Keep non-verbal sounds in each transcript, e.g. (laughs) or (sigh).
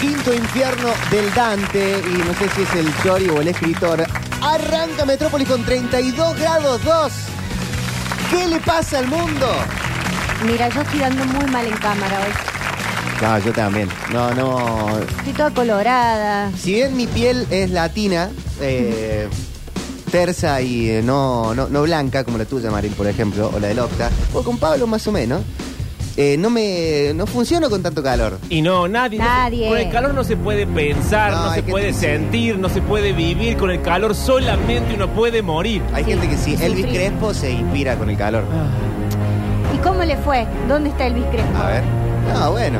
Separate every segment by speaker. Speaker 1: quinto infierno del Dante, y no sé si es el Chori o el escritor, arranca Metrópolis con 32 grados 2. ¿Qué le pasa al mundo?
Speaker 2: Mira, yo estoy dando muy mal en cámara hoy.
Speaker 1: No, yo también. No, no.
Speaker 2: Estoy toda colorada.
Speaker 1: Si bien mi piel es latina, eh, tersa y eh, no, no, no blanca, como la tuya, Marín, por ejemplo, o la del Octa, o con Pablo más o menos, eh, no me no funciono con tanto calor.
Speaker 3: Y no, nadie. no se-
Speaker 2: Nadie.
Speaker 3: con el calor no se puede pensar,
Speaker 1: No,
Speaker 3: no,
Speaker 1: hay
Speaker 3: se
Speaker 1: gente
Speaker 3: puede
Speaker 1: que sí.
Speaker 3: sentir, no se puede vivir. Con el calor solamente uno puede morir.
Speaker 1: Hay
Speaker 2: Sí,
Speaker 1: gente que sí,
Speaker 2: sí,
Speaker 1: Elvis
Speaker 2: frío.
Speaker 1: Crespo se inspira con el calor.
Speaker 2: ¿Y cómo le fue? ¿Dónde está el Crespo?
Speaker 1: A ver. No, bueno.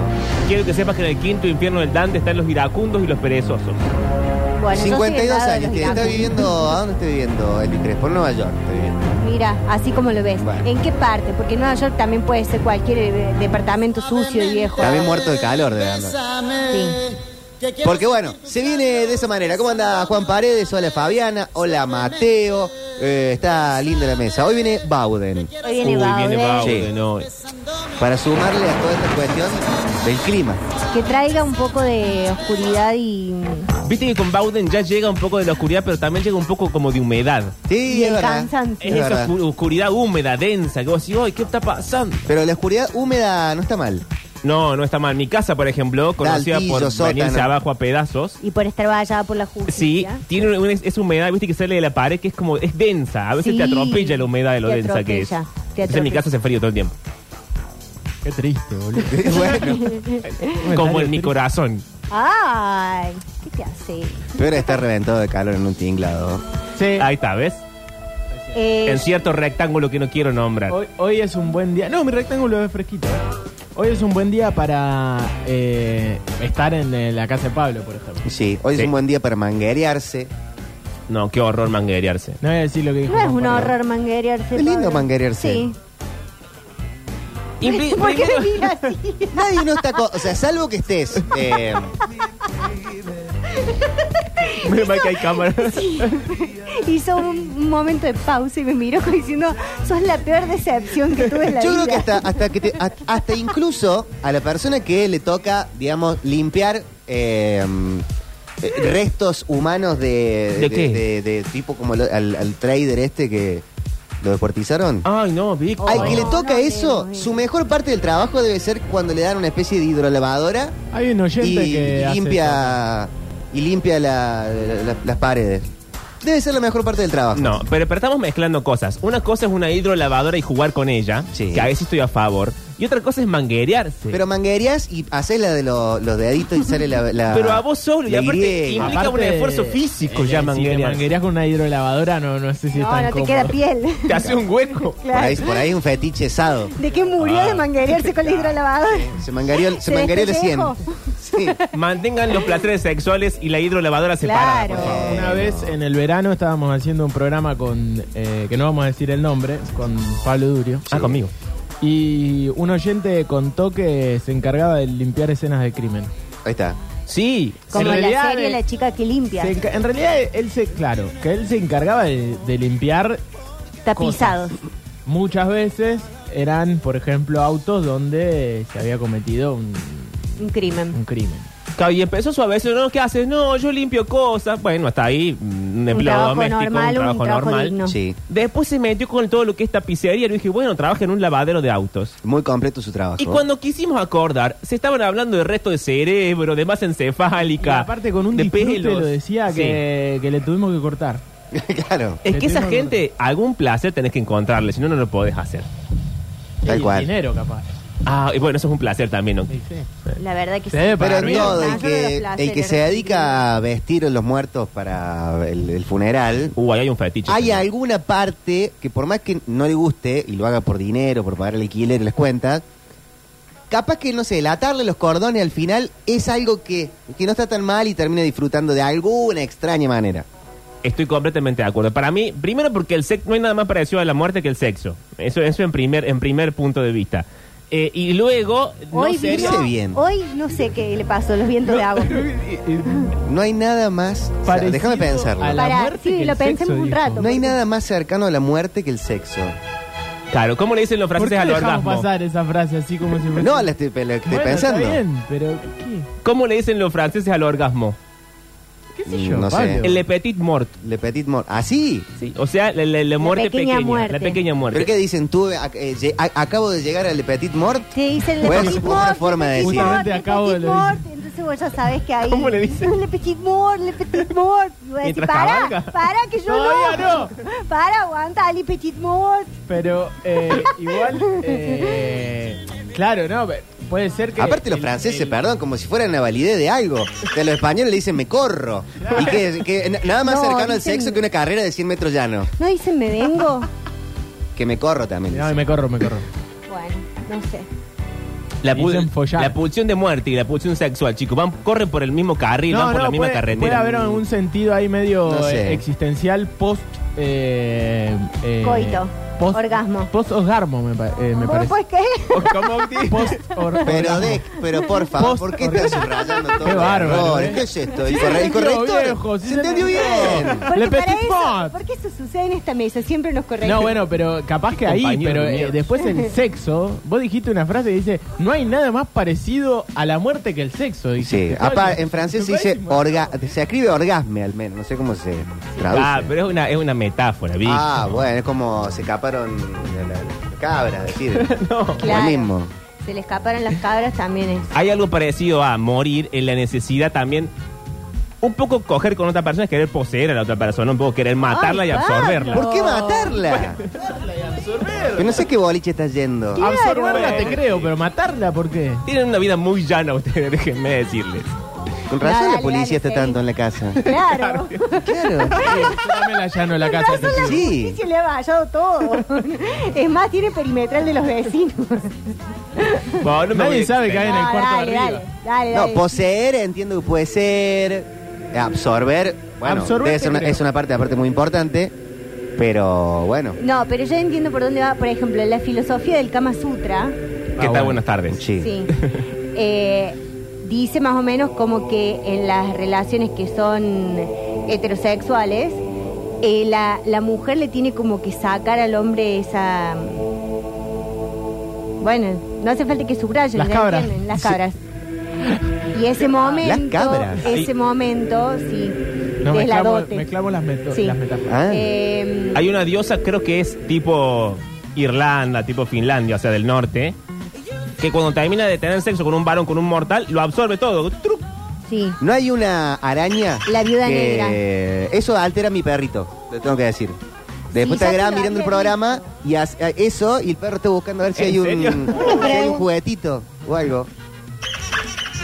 Speaker 3: Quiero que sepas que en el quinto infierno del Dante están los iracundos y los perezosos.
Speaker 2: Ah, Bueno, yo soy
Speaker 1: 52
Speaker 2: del lado de
Speaker 1: años.
Speaker 2: los
Speaker 1: tiene. Está
Speaker 2: iracundos.
Speaker 1: viviendo. ¿A dónde está viviendo Elvis Crespo? En Nueva York. Está viviendo.
Speaker 2: Mira, así como lo ves.
Speaker 1: Bueno.
Speaker 2: ¿En qué parte? Porque en Nueva York también puede ser cualquier eh, departamento sucio y viejo.
Speaker 1: También muerto de calor, de verdad.
Speaker 2: Sí.
Speaker 1: Porque bueno, se viene de esa manera. ¿Cómo anda Juan Paredes? Hola Fabiana. Hola Mateo. Eh, está linda la mesa. Hoy viene Bauden.
Speaker 2: Hoy viene Baudel,
Speaker 3: Bauden hoy.
Speaker 1: Para sumarle a toda esta cuestión del clima.
Speaker 2: que traiga un poco de oscuridad y...
Speaker 3: Viste que con Bauden ya llega un poco de la oscuridad, pero también llega un poco como de humedad.
Speaker 1: Sí,
Speaker 2: Y
Speaker 1: es
Speaker 2: el
Speaker 1: verdad.
Speaker 2: cansancio.
Speaker 1: Es
Speaker 3: Es esa
Speaker 1: verdad.
Speaker 3: oscu- oscuridad húmeda, densa, que vos decís, "Ay, ¿qué está pasando?
Speaker 1: Pero la oscuridad húmeda no está mal. (laughs)
Speaker 3: No, no está mal. Mi casa, por ejemplo, conocida
Speaker 1: altillo,
Speaker 3: por venirse
Speaker 1: sótano.
Speaker 3: abajo a pedazos.
Speaker 2: Y por estar vallada por la
Speaker 3: Sí,
Speaker 2: justicia.
Speaker 3: tiene una, es humedad, viste, que sale de la pared, que es como, es densa. A veces
Speaker 2: Sí.
Speaker 3: te atropella la humedad de lo
Speaker 2: Te
Speaker 3: densa que es.
Speaker 2: atropella, te
Speaker 3: Entonces en mi
Speaker 2: atropella.
Speaker 3: casa hace frío todo el tiempo.
Speaker 4: Qué triste, boludo.
Speaker 1: bueno,
Speaker 3: Como en mi corazón.
Speaker 2: Ay, ¿qué te hace?
Speaker 1: pero está reventado de calor en un tinglado.
Speaker 4: Sí,
Speaker 3: Ahí está, ¿ves?
Speaker 2: Eh,
Speaker 3: En cierto rectángulo que no quiero nombrar.
Speaker 2: Oh.
Speaker 4: hoy, hoy es un buen día. No, mi rectángulo es fresquito. Hoy es un buen día para eh, estar en eh, la casa de Pablo, por ejemplo.
Speaker 1: Sí, hoy es
Speaker 3: Sí.
Speaker 1: un buen día para manguerearse.
Speaker 3: No, qué horror
Speaker 2: (laughs)
Speaker 3: manguerearse.
Speaker 4: No voy a decir lo que dijo.
Speaker 2: no es
Speaker 4: Juan
Speaker 2: un
Speaker 4: Pablo.
Speaker 2: horror manguerearse.
Speaker 1: Es lindo
Speaker 2: Pablo.
Speaker 1: manguerearse.
Speaker 2: Sí.
Speaker 3: Y pri-
Speaker 2: ¿Por qué
Speaker 3: primero-
Speaker 2: me mira así? (laughs)
Speaker 1: Nadie no está... co- O sea, salvo que estés... eh,
Speaker 3: Menos mal que
Speaker 2: (laughs)
Speaker 3: hay cámara.
Speaker 2: Hizo un momento de pausa y me miró como diciendo, sos la peor decepción que tuve en la
Speaker 1: Yo
Speaker 2: vida.
Speaker 1: creo que hasta, hasta que te- hasta, hasta incluso a la persona que le toca, digamos, limpiar eh, eh, restos humanos de,
Speaker 3: ¿De qué?
Speaker 1: de- de tipo como lo- al, al trader este que lo deportizaron.
Speaker 4: Ah,
Speaker 3: Ay, no, Víctor.
Speaker 1: Al
Speaker 4: oh.
Speaker 1: que le
Speaker 2: no,
Speaker 1: toca
Speaker 2: no,
Speaker 1: eso,
Speaker 2: no, no.
Speaker 1: su mejor parte del trabajo debe ser cuando le dan una especie de hidrolavadora
Speaker 4: Hay un
Speaker 1: y,
Speaker 4: oyente que.
Speaker 1: y
Speaker 4: hace eso.
Speaker 1: limpia y limpia la- la- las paredes. Debe ser la mejor parte del trabajo.
Speaker 3: No, pero, pero estamos mezclando cosas. Una cosa es una hidrolavadora y jugar con ella,
Speaker 1: Sí.
Speaker 3: que a veces estoy a favor. Y otra cosa es manguerearse.
Speaker 1: Pero manguerías y haces la de lo- los deditos y sale la. la-
Speaker 3: Pero a vos solo, y
Speaker 1: la
Speaker 3: aparte,
Speaker 1: griega.
Speaker 3: implica un esfuerzo físico ya
Speaker 4: si te
Speaker 3: manguerear.
Speaker 4: manguereas con una hidrolavadora, no, no sé si es
Speaker 2: No,
Speaker 4: tan
Speaker 2: no te
Speaker 4: cómodo.
Speaker 2: queda
Speaker 1: (laughs)
Speaker 2: piel. (laughs)
Speaker 3: Te hace un hueco.
Speaker 1: Por ahí, Ah,
Speaker 2: Claro.
Speaker 1: por ahí un fetiche asado.
Speaker 2: ¿De qué murió de manguerearse con la hidrolavadora?
Speaker 1: Se mangareó, se
Speaker 2: Se
Speaker 1: mangareó la 100.
Speaker 2: despellejo.
Speaker 1: (laughs) Sí.
Speaker 3: Mantengan los placeres sexuales y la hidrolavadora separada, por
Speaker 2: Claro.
Speaker 3: favor.
Speaker 1: Eh,
Speaker 4: Una vez
Speaker 3: eh.
Speaker 4: en el verano estábamos haciendo un programa con, eh, que no vamos a decir el nombre, con Pablo Durio.
Speaker 3: Ah, conmigo.
Speaker 4: Y un oyente contó que se encargaba de limpiar escenas de crimen.
Speaker 1: Ahí está.
Speaker 3: Sí.
Speaker 2: (laughs) Como
Speaker 4: En
Speaker 2: la
Speaker 4: realidad,
Speaker 2: serie
Speaker 4: eh,
Speaker 2: La chica que limpia.
Speaker 4: Se enca- en realidad él se, claro, que él se encargaba de, de limpiar
Speaker 2: Tapizados.
Speaker 4: muchas veces eran, por ejemplo, autos donde se había cometido un,
Speaker 2: Un crimen.
Speaker 4: un crimen.
Speaker 3: Claro, y empezó suave. Eso, ¿no? ¿Qué haces? No, yo limpio cosas. Bueno, hasta ahí mm, un empleo
Speaker 2: trabajo
Speaker 3: doméstico,
Speaker 2: normal,
Speaker 3: un
Speaker 2: un
Speaker 3: trabajo
Speaker 2: trabajo
Speaker 3: normal.
Speaker 2: digno. No.
Speaker 1: Sí.
Speaker 3: Después se metió con todo lo que es tapicería. Y dije, bueno, trabaja en un lavadero de autos.
Speaker 1: Muy completo su trabajo.
Speaker 3: Y cuando quisimos acordar, se estaban hablando de resto de cerebro, de masa
Speaker 4: Y
Speaker 3: encefálica.
Speaker 4: aparte con un
Speaker 3: de
Speaker 4: disfrute
Speaker 3: pelos.
Speaker 4: lo decía que, que le tuvimos que cortar.
Speaker 1: (laughs) claro.
Speaker 3: Sí. Es que
Speaker 4: Le
Speaker 3: esa
Speaker 4: tuvimos
Speaker 3: gente, algún placer tenés que encontrarle, si no, no lo podés hacer.
Speaker 1: Tal
Speaker 4: Y el
Speaker 1: cual.
Speaker 4: dinero, capaz.
Speaker 3: Ah, y bueno, eso es un placer también, ¿no?
Speaker 4: Sí, sí.
Speaker 2: La verdad que sí.
Speaker 4: Se debe
Speaker 1: Pero
Speaker 4: pagar
Speaker 1: en
Speaker 4: bien.
Speaker 1: todo, el
Speaker 2: Ah, Yo no los
Speaker 1: que,
Speaker 2: placeres,
Speaker 1: el que se dedica a vestir a los muertos para el, el funeral,
Speaker 3: Uh, ahí hay un fetiche.
Speaker 1: hay
Speaker 3: señor.
Speaker 1: alguna parte que por más que no le guste y lo haga por dinero, por pagar el alquiler y las cuentas, capaz que, no sé, el atarle los cordones al final es algo que, que no está tan mal y termina disfrutando de alguna extraña manera.
Speaker 3: Estoy completamente de acuerdo. Para mí, primero porque el sexo, no hay nada más parecido a la muerte que el sexo. Eso, eso en primer, en primer punto de vista. Eh, y luego,
Speaker 2: Hoy,
Speaker 3: no sé-
Speaker 1: sería- Dice
Speaker 2: vino-
Speaker 1: bien.
Speaker 2: hoy no sé qué le pasó, los vientos de agua.
Speaker 4: (laughs)
Speaker 1: No hay nada más... o sea,
Speaker 4: Parecido
Speaker 1: déjame pensarlo.
Speaker 4: a la
Speaker 2: Para-
Speaker 4: muerte
Speaker 2: sí,
Speaker 4: que el
Speaker 2: lo pensemos
Speaker 4: sexo,
Speaker 2: un
Speaker 4: dijo.
Speaker 2: rato.
Speaker 1: No hay nada más cercano a la muerte que el sexo.
Speaker 3: Claro, ¿cómo le dicen los
Speaker 4: ¿Por qué
Speaker 3: franceses al
Speaker 4: dejamos
Speaker 3: orgasmo?
Speaker 4: pasar esa frase así como si fuese-
Speaker 1: No, la estoy, pe- la estoy
Speaker 4: Bueno, está
Speaker 1: pensando.
Speaker 4: bien, pero ¿qué?
Speaker 3: ¿Cómo le dicen los franceses al orgasmo?
Speaker 4: ¿Qué sé yo,
Speaker 1: Mm, No sé.
Speaker 4: Pablo?
Speaker 3: El le petit mort.
Speaker 1: Le petit mort. Ah, Así.
Speaker 3: Sí, o sea, la, la- la muerte
Speaker 2: pequeña
Speaker 3: pequeña.
Speaker 2: muerte.
Speaker 3: La pequeña muerte.
Speaker 1: ¿Pero qué dicen? ¿Tú ac- eh, lle- a- acabo de llegar al Le petit mort?
Speaker 2: Te dicen le
Speaker 1: Bueno,
Speaker 2: petit
Speaker 1: es una
Speaker 2: mort,
Speaker 1: forma
Speaker 2: le
Speaker 1: de
Speaker 2: petit
Speaker 1: decir.
Speaker 2: mort,
Speaker 4: Justamente
Speaker 2: le
Speaker 4: acabo
Speaker 2: petit
Speaker 4: de lo
Speaker 2: mort. Entonces vos ya sabés que ahí.
Speaker 3: ¿Cómo le
Speaker 2: (laughs)
Speaker 3: dicen?
Speaker 2: Le petit mort, le petit mort. Y vos decís,
Speaker 3: Mientras
Speaker 2: para,
Speaker 3: cabalga.
Speaker 2: para, que yo (laughs)
Speaker 4: Todavía
Speaker 2: Para, aguanta, le petit mort.
Speaker 4: Pero
Speaker 1: (laughs)
Speaker 4: eh, igual, eh, claro, no, pe- puede ser que...
Speaker 1: Aparte los
Speaker 4: el-
Speaker 1: franceses,
Speaker 4: el-
Speaker 1: perdón, como si fueran la validez de algo. Que a los españoles le dicen me corro. Y que, que n- nada más
Speaker 2: No,
Speaker 1: cercano al
Speaker 2: dicen-
Speaker 1: sexo que una carrera de 100 metros llano.
Speaker 2: ¿No dicen me
Speaker 4: (laughs)
Speaker 2: vengo?
Speaker 1: Que me corro también.
Speaker 4: No,
Speaker 1: dicen.
Speaker 4: me corro, me corro.
Speaker 2: Bueno, no sé.
Speaker 3: La, pul-
Speaker 4: Dicen follar.
Speaker 3: la pulsión de muerte y la pulsión sexual, chicos. Van, corren por el mismo carril, van por la misma
Speaker 4: puede,
Speaker 3: carretera.
Speaker 4: puede haber algún sentido ahí medio
Speaker 1: No sé.
Speaker 4: eh, existencial post... Eh, eh,
Speaker 2: Coito.
Speaker 4: Post,
Speaker 2: Orgasmo.
Speaker 4: Post orgasmo, me, pa- eh, me
Speaker 2: ¿Vos
Speaker 4: parece. (laughs)
Speaker 2: pues qué?
Speaker 4: Post or-
Speaker 1: (laughs) Pero,
Speaker 4: orgasmo.
Speaker 1: de, pero por favor,
Speaker 4: Post-
Speaker 1: ¿por qué estás subrayando todo?
Speaker 4: Qué bárbaro, eh.
Speaker 1: ¿Qué es esto? ¿El, corre-
Speaker 4: Sí, se
Speaker 1: el
Speaker 4: entendió,
Speaker 1: corrector?
Speaker 4: viejo, sí
Speaker 1: se,
Speaker 4: se
Speaker 1: entendió
Speaker 4: entendió.
Speaker 1: bien.
Speaker 2: Porque
Speaker 4: Le
Speaker 2: para
Speaker 4: petit
Speaker 2: eso,
Speaker 4: mort.
Speaker 2: porque eso sucede en esta mesa, siempre nos correctos.
Speaker 4: No, bueno, pero capaz que ahí,
Speaker 3: Compañeros
Speaker 4: pero eh,
Speaker 3: míos.
Speaker 1: (laughs)
Speaker 4: después el sexo, vos dijiste una frase que dice, no hay nada más parecido a la muerte que el sexo.
Speaker 1: Sí,
Speaker 4: dijiste.
Speaker 1: apa-
Speaker 4: Oye,
Speaker 1: en francés se
Speaker 4: me
Speaker 1: dice
Speaker 4: parece-
Speaker 1: orga, se escribe orgasme al menos, no sé cómo se traduce.
Speaker 3: Ah, pero es una, es una metáfora, ¿viste?
Speaker 1: Ah, bueno, es como se escaparon la, la- la cabra, decir.
Speaker 4: (laughs)
Speaker 3: No.
Speaker 1: Lo mismo.
Speaker 2: Se le escaparon las cabras también
Speaker 4: (laughs)
Speaker 2: es.
Speaker 3: Hay algo parecido a morir en la necesidad también. Un poco coger con otra persona es querer poseer a la otra persona, un poco querer matarla y
Speaker 2: Ay,
Speaker 3: absorberla.
Speaker 2: Pablo.
Speaker 1: ¿Por qué matarla? Yo no sé qué boliche estás yendo.
Speaker 2: Claro.
Speaker 4: Absorberla te creo, pero matarla,
Speaker 2: (laughs)
Speaker 4: ¿por qué?
Speaker 3: Tienen una vida muy llana ustedes, (laughs) déjenme decirles.
Speaker 1: Con razón
Speaker 2: Dale,
Speaker 1: la policía
Speaker 2: dale,
Speaker 1: está
Speaker 2: sí.
Speaker 1: tanto en la casa.
Speaker 2: Claro. (laughs)
Speaker 1: Claro.
Speaker 4: Dámela ya no en la casa.
Speaker 2: Con la
Speaker 1: Sí.
Speaker 2: justicia le ha vallado todo. (laughs) es más, tiene perimetral de los vecinos.
Speaker 3: Bueno, me
Speaker 4: Nadie
Speaker 3: voy a
Speaker 4: sabe que hay en el
Speaker 2: No,
Speaker 4: cuarto de
Speaker 2: dale,
Speaker 4: arriba.
Speaker 2: dale, dale,
Speaker 1: No,
Speaker 2: dale.
Speaker 1: poseer entiendo que puede ser. Absorber, bueno,
Speaker 4: Absorber
Speaker 1: debe
Speaker 4: te
Speaker 1: ser una-
Speaker 4: creo.
Speaker 1: es una parte aparte muy importante. Pero bueno,
Speaker 2: No, pero yo entiendo por dónde va, por ejemplo, la filosofía del Kama Sutra.
Speaker 3: ¿Qué
Speaker 4: Ah,
Speaker 3: tal?
Speaker 4: bueno.
Speaker 3: Buenas tardes.
Speaker 1: sí.
Speaker 4: (laughs)
Speaker 2: Sí. Eh, dice más o menos como que en las relaciones que son heterosexuales, eh, la, la mujer le tiene como que sacar al hombre esa... Bueno, no hace falta que subrayen,
Speaker 4: Las
Speaker 2: ¿la
Speaker 4: cabras.
Speaker 2: entienden? Las
Speaker 4: Sí.
Speaker 2: cabras. Y
Speaker 4: (laughs)
Speaker 2: ese momento,
Speaker 1: cabras.
Speaker 2: ese momento, sí,
Speaker 4: No,
Speaker 2: es la
Speaker 4: mezclamos,
Speaker 2: dote.
Speaker 4: mezclamos las, meto-
Speaker 2: Sí.
Speaker 4: las metáforas.
Speaker 1: Ah,
Speaker 2: Eh,
Speaker 3: Hay una diosa, creo que es tipo Irlanda, tipo Finlandia, o sea, del norte, que cuando termina de tener sexo con un varón, con un mortal, lo absorbe todo. ¡Truc!
Speaker 2: sí.
Speaker 1: ¿No hay una araña?
Speaker 2: La viuda
Speaker 1: que- Eso altera a mi perrito, lo tengo que decir. Después
Speaker 2: Sí,
Speaker 1: te
Speaker 2: ya te
Speaker 1: grabas
Speaker 2: lo
Speaker 1: mirando el
Speaker 2: había
Speaker 1: programa y hace- eh, eso y el perro está buscando a ver si
Speaker 3: ¿En
Speaker 1: hay un,
Speaker 3: serio?
Speaker 1: si hay un juguetito o algo.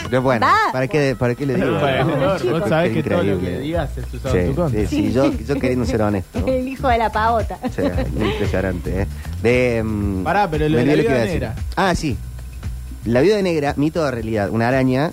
Speaker 1: Pero bueno,
Speaker 2: Va.
Speaker 1: ¿para qué, para qué le digo?
Speaker 4: Vos
Speaker 1: Qué
Speaker 4: sabés que todo lo
Speaker 1: increíble.
Speaker 4: que digas es usado en tu
Speaker 1: Sí,
Speaker 4: contra.
Speaker 1: sí, sí, yo, yo queriendo ser honesto.
Speaker 2: (laughs) El hijo de la pavota.
Speaker 1: O sea, muy impresionante, ¿eh? De, mm,
Speaker 4: Pará, pero lo
Speaker 1: me
Speaker 4: de la
Speaker 1: olvidé
Speaker 4: viuda
Speaker 1: que iba a
Speaker 4: negra.
Speaker 1: decir. Ah, sí. La viuda negra, mito de realidad, una araña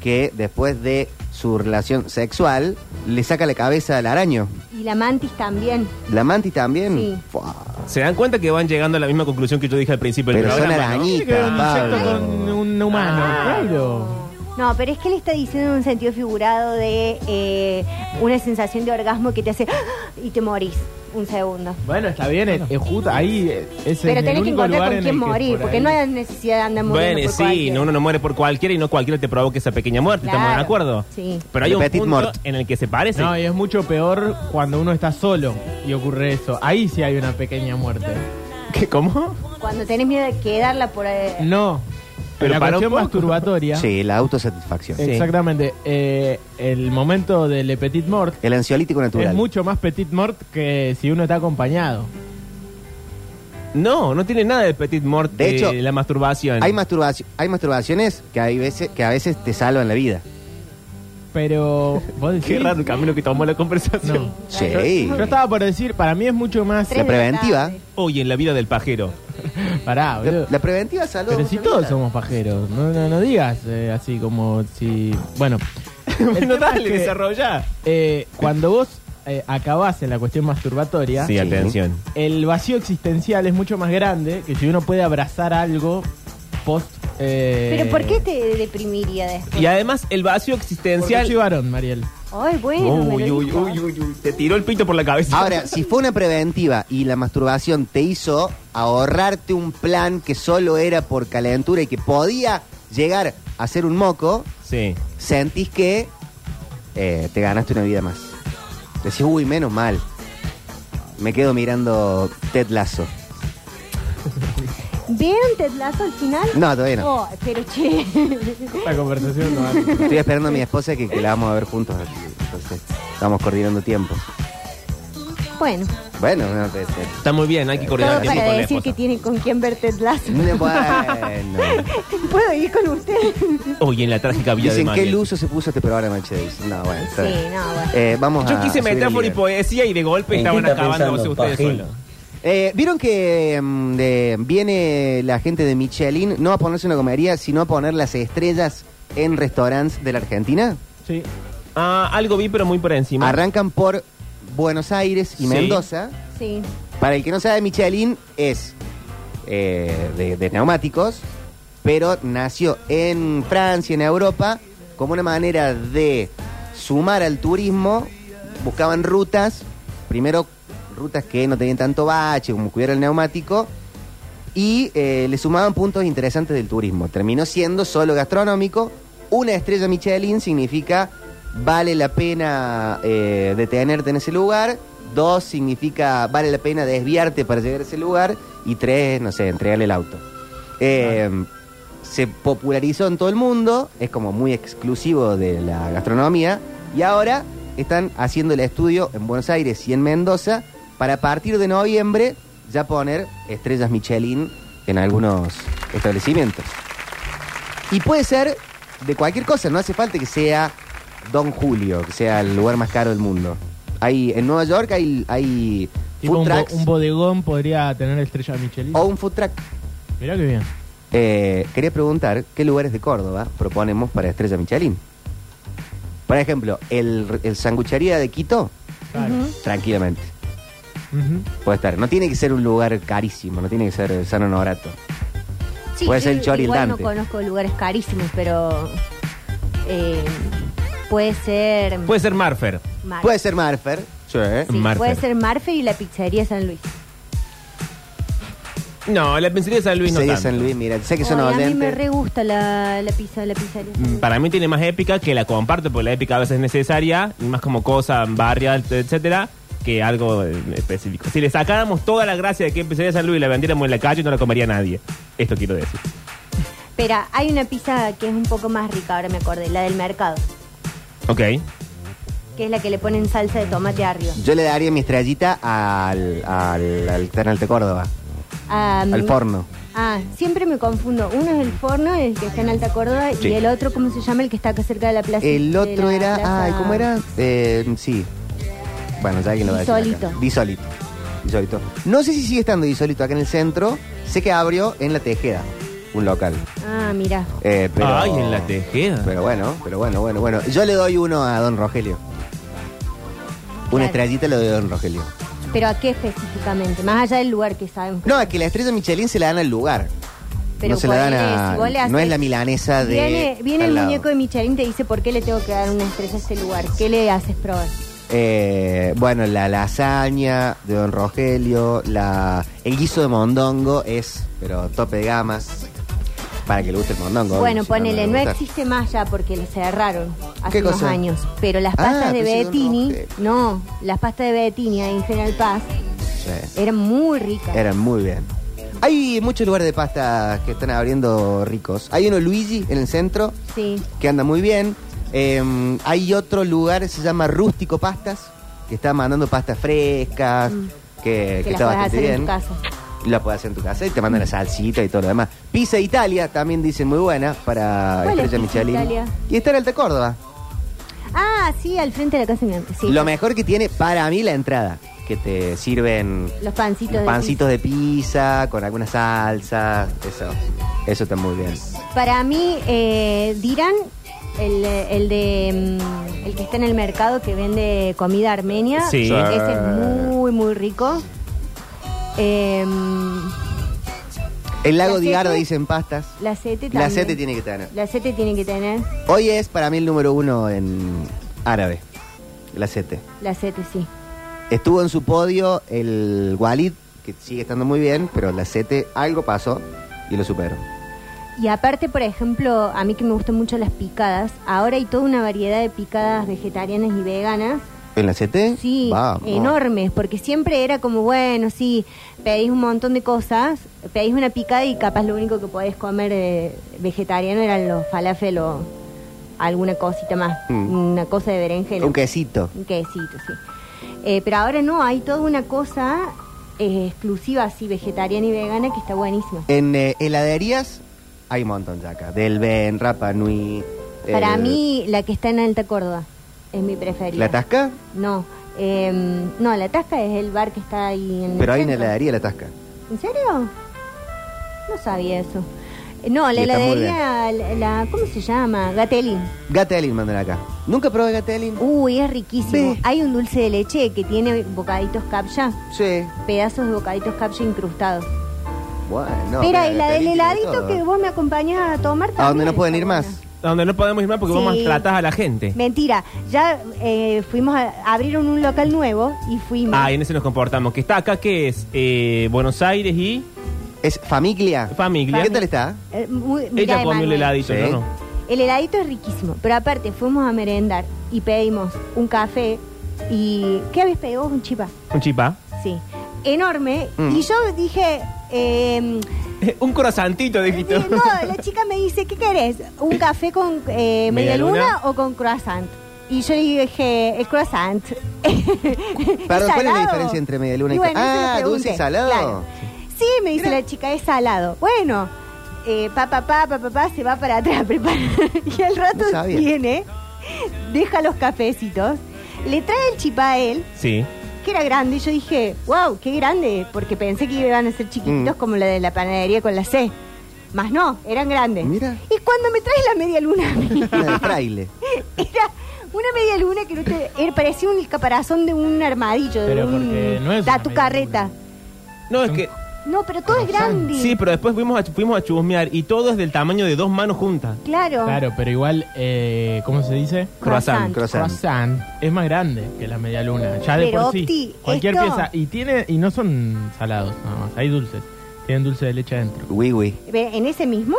Speaker 1: que después de su relación sexual le saca la cabeza al araño.
Speaker 2: Y la mantis también.
Speaker 1: La mantis también.
Speaker 2: Sí.
Speaker 1: Fua,
Speaker 3: Se dan cuenta que van llegando a la misma conclusión que yo dije al principio del
Speaker 1: Pero son
Speaker 3: programa, ¿no?
Speaker 1: arañitas,
Speaker 4: Tiene que ver un
Speaker 1: Pablo.
Speaker 4: insecto con un
Speaker 2: Ah,
Speaker 4: humano. Claro.
Speaker 2: No, pero es que le está diciendo en un sentido figurado de eh, una sensación de orgasmo que te hace ¡ah! y te morís un segundo.
Speaker 4: Bueno, está bien, es, es justo, ahí eh, es
Speaker 2: Pero
Speaker 4: en el
Speaker 2: tenés que
Speaker 4: único
Speaker 2: encontrar
Speaker 4: lugar
Speaker 2: con
Speaker 4: en
Speaker 2: quién
Speaker 4: el que
Speaker 2: morir,
Speaker 4: por
Speaker 2: porque
Speaker 4: ahí-
Speaker 2: no hay necesidad de andar muriendo
Speaker 3: Bueno, sí,
Speaker 2: por cualquiera.
Speaker 3: no, uno no muere por cualquiera y no cualquiera te provoca esa pequeña muerte, estamos de
Speaker 2: Claro,
Speaker 3: acuerdo.
Speaker 2: sí.
Speaker 3: Pero hay
Speaker 1: Le
Speaker 3: un
Speaker 1: petit
Speaker 3: punto
Speaker 1: mort.
Speaker 3: en el que se parece.
Speaker 4: No, y es mucho peor cuando uno está solo y ocurre eso. Ahí sí hay una pequeña muerte.
Speaker 3: ¿Qué, ¿Cómo?
Speaker 2: Cuando tenés miedo de quedarla por... eh,
Speaker 4: No,
Speaker 3: Pero
Speaker 4: pero la
Speaker 3: para
Speaker 4: cuestión
Speaker 3: un poco.
Speaker 4: masturbatoria.
Speaker 1: Sí, la autosatisfacción.
Speaker 3: Sí.
Speaker 4: Exactamente. eh, el momento del Le petit mort
Speaker 1: El ansiolítico natural.
Speaker 4: es mucho más petit mort que si uno está acompañado.
Speaker 3: No, no tiene nada de petit mort
Speaker 1: De
Speaker 3: eh,
Speaker 1: hecho,
Speaker 3: la masturbación.
Speaker 1: Hay, masturbación, hay masturbaciones que, hay veces, que a veces te salvan la vida.
Speaker 4: Pero vos decís.
Speaker 3: Qué raro el camino que tomó la conversación.
Speaker 4: No.
Speaker 1: Sí.
Speaker 4: Yo estaba por decir, para mí es mucho más.
Speaker 2: tres de la
Speaker 1: preventiva.
Speaker 2: tarde.
Speaker 3: Hoy en la vida del pajero.
Speaker 4: Pará,
Speaker 1: La,
Speaker 4: boludo.
Speaker 1: la preventiva salva
Speaker 4: Pero
Speaker 1: mucha
Speaker 4: si todos
Speaker 1: vida.
Speaker 4: somos pajeros, no, no, no digas eh, así como si.
Speaker 3: (laughs)
Speaker 4: Bueno, El tema
Speaker 3: bueno,
Speaker 4: es
Speaker 3: dale,
Speaker 4: que,
Speaker 3: desarrollá.
Speaker 4: eh, cuando vos eh, acabás en la cuestión masturbatoria,
Speaker 3: Sí, atención.
Speaker 4: el vacío existencial es mucho más grande que si uno puede abrazar algo post. eh,
Speaker 2: Pero ¿por qué te deprimiría después?
Speaker 3: Y además el vacío
Speaker 4: Porque
Speaker 3: existencial
Speaker 4: soy varón, Mariel.
Speaker 2: Ay, bueno. me
Speaker 3: Uy,
Speaker 2: lo
Speaker 3: uy,
Speaker 2: dijo.
Speaker 3: uy, uy, uy, te tiró el pito por la cabeza. (laughs)
Speaker 1: Ahora, si fue una preventiva y la masturbación te hizo ahorrarte un plan que solo era por calentura y que podía llegar a ser un moco,
Speaker 3: Sí.
Speaker 1: sentís que eh, te ganaste una vida más. Decís, uy, menos mal. Me quedo mirando Ted Lasso.
Speaker 2: ¿Vieron Ted Lasso al final?
Speaker 1: No, todavía no.
Speaker 2: Oh, pero che. (laughs)
Speaker 4: Esta conversación no vale.
Speaker 1: Estoy esperando a mi esposa que, que la vamos a ver juntos. Entonces, estamos coordinando tiempo.
Speaker 2: bueno,
Speaker 1: Bueno, no, te- te-
Speaker 3: Está muy bien, hay que coordinar
Speaker 2: todo
Speaker 3: tiempo
Speaker 2: para
Speaker 3: con la
Speaker 2: decir que
Speaker 3: esposa.
Speaker 2: tienen con quién ver Ted Lasso.
Speaker 1: no, bueno.
Speaker 2: (laughs) ¿Puedo ir con usted?
Speaker 3: Oye, en la trágica vida de
Speaker 1: Dicen, qué
Speaker 3: Mariel.
Speaker 1: luso se puso este programa, che. Dicen, No, bueno. está
Speaker 2: Sí,
Speaker 1: bien.
Speaker 2: no, bueno.
Speaker 1: Eh, vamos
Speaker 5: Ah,
Speaker 3: Yo
Speaker 1: a
Speaker 3: quise
Speaker 1: subir el
Speaker 3: metáfora y
Speaker 1: nivel.
Speaker 3: poesía y de golpe
Speaker 5: ¿En qué
Speaker 3: estaban
Speaker 5: está
Speaker 3: acabándose
Speaker 5: pensando,
Speaker 3: ustedes
Speaker 5: pajín?
Speaker 3: solos.
Speaker 1: Eh, ¿Vieron que mm, de- viene la gente de Michelin no a ponerse una comería, sino a poner las estrellas en restaurantes de la Argentina?
Speaker 4: Sí.
Speaker 3: Ah, algo vi, pero muy por encima.
Speaker 1: Arrancan por Buenos Aires y
Speaker 3: Sí.
Speaker 1: Mendoza.
Speaker 2: Sí.
Speaker 1: Para el que no sabe, Michelin es eh, de, de neumáticos, pero nació en Francia, en Europa, como una manera de sumar al turismo. Buscaban rutas, primero rutas que no tenían tanto bache, como cuidar el neumático, y eh, le sumaban puntos interesantes del turismo. Terminó siendo solo gastronómico. Una estrella Michelin significa vale la pena eh, detenerte en ese lugar. Dos significa vale la pena desviarte para llegar a ese lugar. Y tres, no sé, entregarle el auto. Eh, Se popularizó en todo el mundo, es como muy exclusivo de la gastronomía. Y ahora están haciendo el estudio en Buenos Aires y en Mendoza para a partir de noviembre ya poner estrellas Michelin en algunos establecimientos. Y puede ser de cualquier cosa, no hace falta que sea Don Julio, que sea el lugar más caro del mundo. Hay, en Nueva York hay, hay
Speaker 4: Tipo
Speaker 1: food
Speaker 4: un, bo-
Speaker 1: trucks
Speaker 4: un bodegón podría tener estrella Michelin.
Speaker 1: o un food truck.
Speaker 4: Mirá qué bien.
Speaker 1: Eh, quería preguntar qué lugares de Córdoba proponemos para estrella Michelin. Por ejemplo, el, el sanguchería de Quito,
Speaker 4: Claro.
Speaker 1: tranquilamente.
Speaker 4: Ujú.
Speaker 1: Puede estar. No tiene que ser un lugar carísimo, no tiene que ser San Honorato.
Speaker 2: Sí,
Speaker 1: Puede ser el
Speaker 2: yo
Speaker 1: Chori
Speaker 2: igual
Speaker 1: Dante.
Speaker 2: no conozco lugares carísimos, pero eh, puede ser
Speaker 3: Puede ser Marfer.
Speaker 2: Mar-
Speaker 1: Puede ser Marfer. Sí.
Speaker 2: sí,
Speaker 3: Marfer.
Speaker 2: puede ser Marfe y la pizzería San Luis.
Speaker 3: No, la pensaría de San Luis no
Speaker 1: Sería
Speaker 3: tanto.
Speaker 1: San Luis, mira, sé que son
Speaker 2: Ay, a mí me
Speaker 1: oyentes.
Speaker 2: re gusta la, la pizza de la pizzería. San
Speaker 3: Mm,
Speaker 2: Luis.
Speaker 3: Para mí tiene más épica que la comparto, porque la épica a veces es necesaria, y más como cosa, barria, etcétera, que algo eh, específico. Si le sacáramos toda la gracia de que empezaría San Luis y la vendiéramos en la calle, no la comería nadie. Esto quiero decir.
Speaker 2: Espera, hay una pizza que es un poco más rica, ahora me acordé, la del mercado,
Speaker 3: Ok.
Speaker 2: que es la que le ponen salsa de tomate arriba.
Speaker 1: Yo le daría mi estrellita al, al, al Canal de Córdoba,
Speaker 2: Ah,
Speaker 1: al
Speaker 2: mm,
Speaker 1: forno.
Speaker 2: Ah, siempre me confundo. Uno es el forno, el que está en Alta Córdoba,
Speaker 1: Sí.
Speaker 2: y el otro, ¿cómo se llama? El que está acá cerca de la plaza.
Speaker 1: El
Speaker 2: de
Speaker 1: otro
Speaker 2: la
Speaker 1: era.
Speaker 2: plaza-
Speaker 1: Ay, ¿cómo era? Eh, sí. Bueno, ya alguien lo va a decir.
Speaker 2: Disolito.
Speaker 1: acá. Disolito. Disolito. No sé si sigue estando disolito acá en el centro. Sé que abrió en La Tejeda, un local.
Speaker 2: Ah, mira.
Speaker 1: Eh, pero,
Speaker 3: Ay, en la tejeda.
Speaker 1: Pero bueno, pero bueno, bueno, bueno. Yo le doy uno a Don Rogelio.
Speaker 2: Claro.
Speaker 1: Una estrellita le doy a Don Rogelio.
Speaker 2: ¿Pero a qué específicamente? Más allá del lugar que sabemos.
Speaker 1: No, es que la estrella Michelin se la dan al lugar.
Speaker 2: Pero
Speaker 1: no se la
Speaker 2: ¿cuál
Speaker 1: dan
Speaker 2: es?
Speaker 1: a.
Speaker 2: Si vos le
Speaker 1: no
Speaker 2: haces-
Speaker 1: es la milanesa de.
Speaker 2: Viene, viene
Speaker 1: al
Speaker 2: el
Speaker 1: lado.
Speaker 2: muñeco de Michelin y te dice por qué le tengo que dar una estrella a este lugar. ¿Qué le haces probar?
Speaker 1: Eh, bueno, la lasaña de Don Rogelio, la, el guiso de mondongo es, pero tope de gamas. Para que le guste el mondongo.
Speaker 2: bueno,
Speaker 1: si no, no le
Speaker 2: ponele, no,
Speaker 1: va a gustar.
Speaker 2: existe más ya porque le cerraron hace
Speaker 1: ¿Qué
Speaker 2: unos
Speaker 1: cosa?
Speaker 2: años. Pero las
Speaker 1: Ah,
Speaker 2: pastas
Speaker 1: pensé
Speaker 2: de
Speaker 1: que era un
Speaker 2: Bettini,
Speaker 1: rojo.
Speaker 2: no, las pastas de Bettini ahí en General Paz
Speaker 1: Sí,
Speaker 2: eran muy ricas.
Speaker 1: eran muy bien. Hay muchos lugares de pasta que están abriendo ricos. Hay uno Luigi en el centro
Speaker 2: Sí.
Speaker 1: que anda muy bien. Eh, hay otro lugar, se llama Rústico Pastas, que está mandando pastas frescas,
Speaker 2: Mm.
Speaker 1: que,
Speaker 2: Que,
Speaker 1: que
Speaker 2: las
Speaker 1: está
Speaker 2: puedes
Speaker 1: bastante
Speaker 2: hacer
Speaker 1: bien.
Speaker 2: en tu casa.
Speaker 1: La puedes hacer en tu casa y te mandan la salsita y todo lo demás. Pizza Italia también dicen muy buena para
Speaker 2: ¿Cuál es
Speaker 1: Estrella
Speaker 2: Pizza
Speaker 1: Michelin.
Speaker 2: Italia?
Speaker 1: Y está en Alta Córdoba.
Speaker 2: Ah, sí, al frente de la casa de mi am- Sí.
Speaker 1: Lo mejor que tiene para mí la entrada, que te sirven
Speaker 2: Los pancitos. de
Speaker 1: pancitos de pizza con alguna salsa, eso. Eso está muy bien.
Speaker 2: pizza. Para mí, eh, dirán el, el de mm, el que está en el mercado que vende comida armenia.
Speaker 3: Sí.
Speaker 2: Ese es muy, muy rico. Eh,
Speaker 1: El lago
Speaker 2: La
Speaker 1: de Garda
Speaker 2: Sete.
Speaker 1: dicen pastas.
Speaker 2: la sete también.
Speaker 1: La sete tiene que tener.
Speaker 2: La sete tiene que tener.
Speaker 1: Hoy es para mí el número uno en árabe. la CT.
Speaker 2: La CETE, sí.
Speaker 1: Estuvo en su podio el Walid, que sigue estando muy bien, pero la CT algo pasó y lo superó.
Speaker 2: Y aparte, por ejemplo, a mí que me gustan mucho las picadas, ahora hay toda una variedad de picadas vegetarianas y veganas.
Speaker 1: ¿En la CT?
Speaker 2: Sí,
Speaker 1: Vamos.
Speaker 2: enormes, porque siempre era como, bueno, sí, pedís un montón de cosas, pedís una picada y capaz lo único que podés comer eh, vegetariano eran los falafel o alguna cosita más,
Speaker 1: Mm.
Speaker 2: una cosa de berenjena.
Speaker 1: Un quesito.
Speaker 2: Un quesito, sí. Eh, pero ahora no, hay toda una cosa eh, exclusiva así, vegetariana y vegana, que está buenísima.
Speaker 1: En eh, heladerías hay un montón ya acá. Del Ben, Rapa Nui. eh,
Speaker 2: Para mí, la que está en Alta Córdoba es mi preferida.
Speaker 1: ¿La Tasca?
Speaker 2: No, em, no, la Tasca es el bar que está ahí en el
Speaker 1: Pero hay una
Speaker 2: centro.
Speaker 1: heladería La Tasca.
Speaker 2: ¿En serio? No sabía eso. Eh, No, la
Speaker 1: Y está muy
Speaker 2: heladería, la, la- ¿cómo se llama? Gatelli.
Speaker 1: Gatelin mandan acá. Nunca probé Gatelin.
Speaker 2: Uy, es riquísimo.
Speaker 1: Ve.
Speaker 2: Hay un dulce de leche que tiene bocaditos capcha,
Speaker 1: Sí.
Speaker 2: pedazos de bocaditos capcha incrustados.
Speaker 1: Bueno.
Speaker 2: Pero
Speaker 1: mira,
Speaker 2: y la
Speaker 1: Gatelin
Speaker 2: del
Speaker 1: tiene
Speaker 2: heladito
Speaker 1: todo.
Speaker 2: que vos me acompañás a tomar
Speaker 1: ¿A dónde
Speaker 2: también
Speaker 1: no pueden
Speaker 2: está
Speaker 1: ir
Speaker 2: buena.
Speaker 1: más?
Speaker 3: Donde no podemos ir más porque
Speaker 2: Sí.
Speaker 3: vamos a tratar a la gente.
Speaker 2: Mentira, ya eh, fuimos a, abrieron un local nuevo y fuimos.
Speaker 3: Ah, y en ese nos comportamos. Que está acá, que es Eh, Buenos Aires y
Speaker 1: Es Famiglia.
Speaker 3: Famiglia.
Speaker 1: ¿Qué tal
Speaker 2: (laughs)
Speaker 1: está?
Speaker 2: Eh, muy- mirá,
Speaker 3: Ella comió el
Speaker 2: Emanuel.
Speaker 3: heladito,
Speaker 1: Sí.
Speaker 3: yo no.
Speaker 2: El heladito es riquísimo, pero aparte fuimos a merendar y pedimos un café y ¿qué habéis pedido? vos? Un chipa,
Speaker 3: Un chipá.
Speaker 2: sí, enorme.
Speaker 1: Mm.
Speaker 2: Y yo dije, em,
Speaker 3: Eh,
Speaker 2: eh,
Speaker 3: Un croissantito, dijiste.
Speaker 2: no, la chica me dice, ¿qué querés?
Speaker 1: (laughs)
Speaker 2: ¿Un café con eh, media
Speaker 3: Media luna?
Speaker 2: luna o con croissant? Y yo le dije, el croissant.
Speaker 1: Perdón, ¿cuál es la
Speaker 2: salado?
Speaker 1: diferencia entre media luna y
Speaker 2: Y bueno,
Speaker 1: ca-
Speaker 2: eso le
Speaker 1: Ah,
Speaker 2: pregunté,
Speaker 1: dulce y salado.
Speaker 2: claro. Sí, me dice la chica, es salado. Bueno, eh, pa, pa, pa, pa, pa, pa, se va para atrás, (laughs) prepara. y al
Speaker 1: No
Speaker 2: rato
Speaker 1: sabía.
Speaker 2: viene, deja los cafecitos, le trae el chipá a él,
Speaker 3: (laughs) Sí.
Speaker 2: que era grande, y yo dije, wow, qué grande, porque pensé que iban a ser chiquititos
Speaker 1: Mm.
Speaker 2: como la de la panadería con la C. Más no, eran grandes.
Speaker 1: Mira.
Speaker 2: Y cuando me traes la media luna a mí, (laughs)
Speaker 1: Una de fraile.
Speaker 2: era una media luna que no te, era- parecía un caparazón de un armadillo, de
Speaker 4: Pero porque
Speaker 2: un
Speaker 4: no es una
Speaker 2: tatu
Speaker 4: media
Speaker 2: carreta.
Speaker 4: luna.
Speaker 3: No, es que.
Speaker 2: No, pero todo es grande.
Speaker 3: Sí, pero después fuimos a, fuimos a chusmear y todo es del tamaño de dos manos juntas.
Speaker 2: Claro.
Speaker 4: Claro, pero igual, eh, ¿cómo se dice?
Speaker 3: Croissant.
Speaker 1: Croissant.
Speaker 4: Croissant es más grande que la media luna. Ya de
Speaker 2: Pero,
Speaker 4: por sí.
Speaker 2: Octi,
Speaker 4: cualquier
Speaker 2: esto-
Speaker 4: pieza. Y tiene y no son salados nada más. Hay dulces. Tienen dulce de leche adentro.
Speaker 1: Uy, uy.
Speaker 2: Ve, ¿En ese mismo?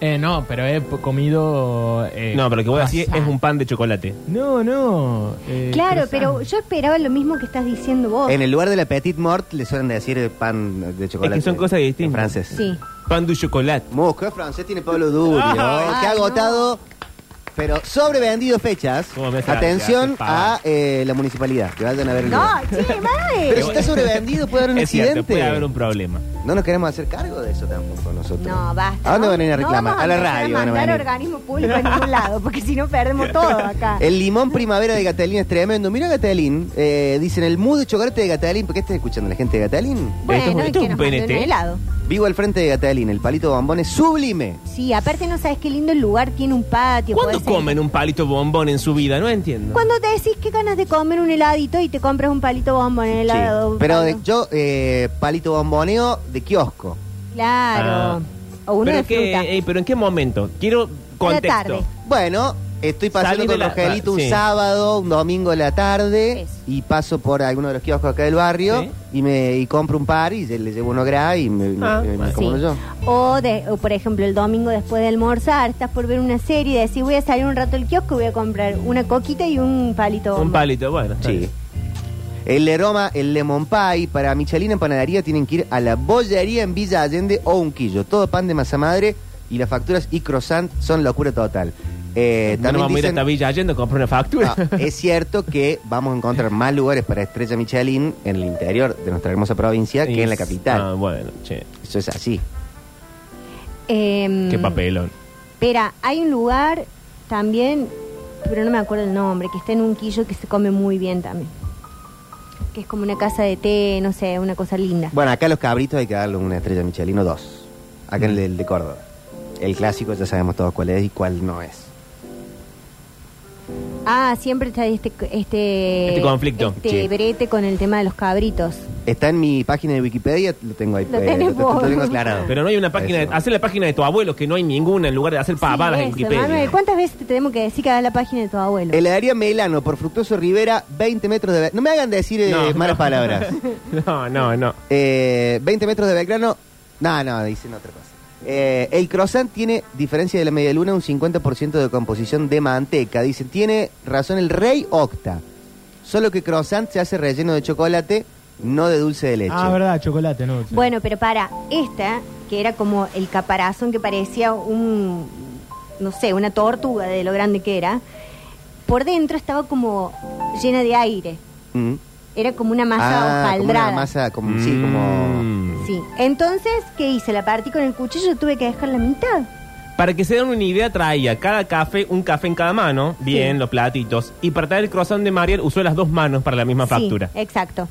Speaker 4: Eh, no, pero he p- comido. eh,
Speaker 3: No, pero lo que voy a decir es
Speaker 4: croissant.
Speaker 3: un pan de chocolate.
Speaker 4: No, no. eh,
Speaker 2: claro, pero
Speaker 4: croissant.
Speaker 2: yo esperaba lo mismo que estás diciendo vos.
Speaker 1: En el lugar de la Petit Mort le suelen decir eh, pan de chocolate.
Speaker 3: Es que son cosas distintas.
Speaker 1: En francés. (laughs)
Speaker 2: Sí.
Speaker 3: Pan de chocolate.
Speaker 1: Mosca francés tiene Pablo
Speaker 2: (laughs)
Speaker 1: Durio, eh,
Speaker 3: Ay,
Speaker 1: que ha
Speaker 2: no.
Speaker 1: agotado, pero sobrevendido fechas.
Speaker 3: Cómo me hace
Speaker 1: Atención
Speaker 3: gracia,
Speaker 1: a
Speaker 3: pa.
Speaker 1: eh, la municipalidad, que vayan a ver el
Speaker 2: No,
Speaker 1: lugar.
Speaker 2: che,
Speaker 1: Pero si
Speaker 2: madre.
Speaker 1: está sobrevendido puede haber un
Speaker 3: (laughs) es cierto,
Speaker 1: accidente.
Speaker 3: puede haber un problema.
Speaker 1: No nos queremos hacer cargo de eso tampoco nosotros.
Speaker 2: No, basta.
Speaker 1: ¿A dónde van a ir a
Speaker 2: No
Speaker 1: reclamar?
Speaker 2: vamos
Speaker 1: a la
Speaker 2: empezar
Speaker 1: radio
Speaker 2: A
Speaker 1: van a
Speaker 2: mandar
Speaker 1: venir. Eh,
Speaker 2: organismo público en ningún lado, porque si no
Speaker 1: (laughs)
Speaker 2: perdemos todo acá.
Speaker 1: El limón primavera de Gatalín es tremendo. Mira Gatalín, eh, dicen el mood de chocolate de Gatalín. ¿Por qué estás escuchando la gente de Gatalín?
Speaker 3: Esto es
Speaker 2: Bueno,
Speaker 3: un-
Speaker 2: y
Speaker 3: esto
Speaker 2: que
Speaker 3: es
Speaker 2: nos
Speaker 3: un
Speaker 2: manden
Speaker 3: PNT.
Speaker 2: helado.
Speaker 1: Vivo al frente de Gatalín, el palito bombón es sublime.
Speaker 2: Sí, aparte no sabes qué lindo el lugar, tiene un patio.
Speaker 3: ¿Cuándo
Speaker 2: podés ir-
Speaker 3: comen un palito bombón en su vida? No entiendo.
Speaker 2: Cuando te decís que ganas de comer un heladito y te compras un palito bombón en el helado.
Speaker 1: Sí. Pero de-
Speaker 2: Pablo.
Speaker 1: yo, eh, palito bomboneo de Ah. kiosco.
Speaker 2: Claro. O uno
Speaker 3: ¿Pero,
Speaker 2: de
Speaker 3: qué-
Speaker 1: eh,
Speaker 2: fruta.
Speaker 3: ey, ¿Pero en qué momento? Quiero contexto.
Speaker 2: tarde.
Speaker 1: Bueno, estoy pasando
Speaker 3: Salí de
Speaker 1: con
Speaker 3: la-
Speaker 1: Rogelito un
Speaker 3: sí.
Speaker 1: sábado, un domingo de la tarde
Speaker 2: Eso.
Speaker 1: y paso por alguno de los kioscos acá del barrio
Speaker 3: Sí.
Speaker 1: y me y compro un par y se- le llevo uno gras y me, me-
Speaker 3: Ah,
Speaker 1: me- me
Speaker 3: bueno.
Speaker 1: como
Speaker 2: Sí.
Speaker 1: yo.
Speaker 2: O, de, o, por ejemplo, el domingo después de almorzar, estás por ver una serie y decís, voy a salir un rato al kiosco y voy a comprar una coquita y un palito.
Speaker 3: Un
Speaker 2: bomba".
Speaker 3: palito, bueno. está
Speaker 1: Sí.
Speaker 3: bien.
Speaker 1: El de Roma, el Lemon Pie, para Michelin en panadería tienen que ir a la bollería en Villa Allende o Unquillo. Todo pan de masa madre y las facturas y croissant son locura total. Eh,
Speaker 3: No nos vamos a ir
Speaker 1: dicen-
Speaker 3: hasta Villa Allende a comprar una factura.
Speaker 1: Ah, es cierto que vamos a encontrar más lugares para Estrella Michelin en el interior de nuestra hermosa provincia
Speaker 3: (laughs)
Speaker 1: que en la capital.
Speaker 3: Ah, bueno, che.
Speaker 1: Eso es así.
Speaker 2: Em, Mm.
Speaker 3: Qué papelón.
Speaker 2: Espera, hay un lugar también, pero no me acuerdo el nombre, que está en un quillo que se come muy bien también. Que es como una casa de té, no sé, una cosa linda.
Speaker 1: Bueno, acá los cabritos hay que darle una estrella Michelin o dos. Acá en el, el de Córdoba. El clásico ya sabemos todos cuál es y cuál no es.
Speaker 2: Ah, siempre está este... Este,
Speaker 3: Este conflicto.
Speaker 2: Este
Speaker 1: Sí.
Speaker 2: brete con el tema de los cabritos.
Speaker 1: Está en mi página de Wikipedia, lo tengo ahí.
Speaker 2: Lo
Speaker 1: eh,
Speaker 2: tenés vos.
Speaker 1: tengo aclarado.
Speaker 3: Pero no hay una página, de,
Speaker 1: Eso.
Speaker 3: hacer la página de tu abuelo, que no hay ninguna en lugar de hacer pavadas
Speaker 2: Sí,
Speaker 3: en
Speaker 2: eso,
Speaker 3: Wikipedia.
Speaker 2: Manuel, ¿cuántas veces te tenemos que decir que hagas la página de tu abuelo?
Speaker 1: Heladería Melano por Fructuoso Rivera, 20 metros de... Be- No me hagan decir eh,
Speaker 3: No, (laughs)
Speaker 1: malas
Speaker 3: no.
Speaker 1: palabras.
Speaker 3: No, no, no.
Speaker 1: Eh, 20 metros de Belgrano. No, no, dicen otra cosa. Eh, el croissant tiene, diferencia de la media luna, un 50% de composición de manteca. Dicen, tiene razón el rey Octa. Solo que croissant se hace relleno de chocolate, no de dulce de leche.
Speaker 4: Ah, verdad, chocolate, ¿no?
Speaker 2: Bueno, pero para, esta, que era como el caparazón que parecía un, no sé, una tortuga de lo grande que era, por dentro estaba como llena de aire.
Speaker 1: Mm.
Speaker 2: Era como una masa
Speaker 1: Ah, como
Speaker 2: hojaldrada.
Speaker 1: una masa, como, sí, como...
Speaker 3: Mm.
Speaker 2: Sí. Entonces, ¿qué hice? La partí con el cuchillo, tuve que dejar la mitad.
Speaker 3: Para que se den una idea, traía cada café, un café en cada mano, bien,
Speaker 2: Sí.
Speaker 3: los platitos. Y para traer el croissant de Mariel, usó las dos manos para la misma
Speaker 2: Sí, Eh.
Speaker 3: factura.
Speaker 2: Exacto.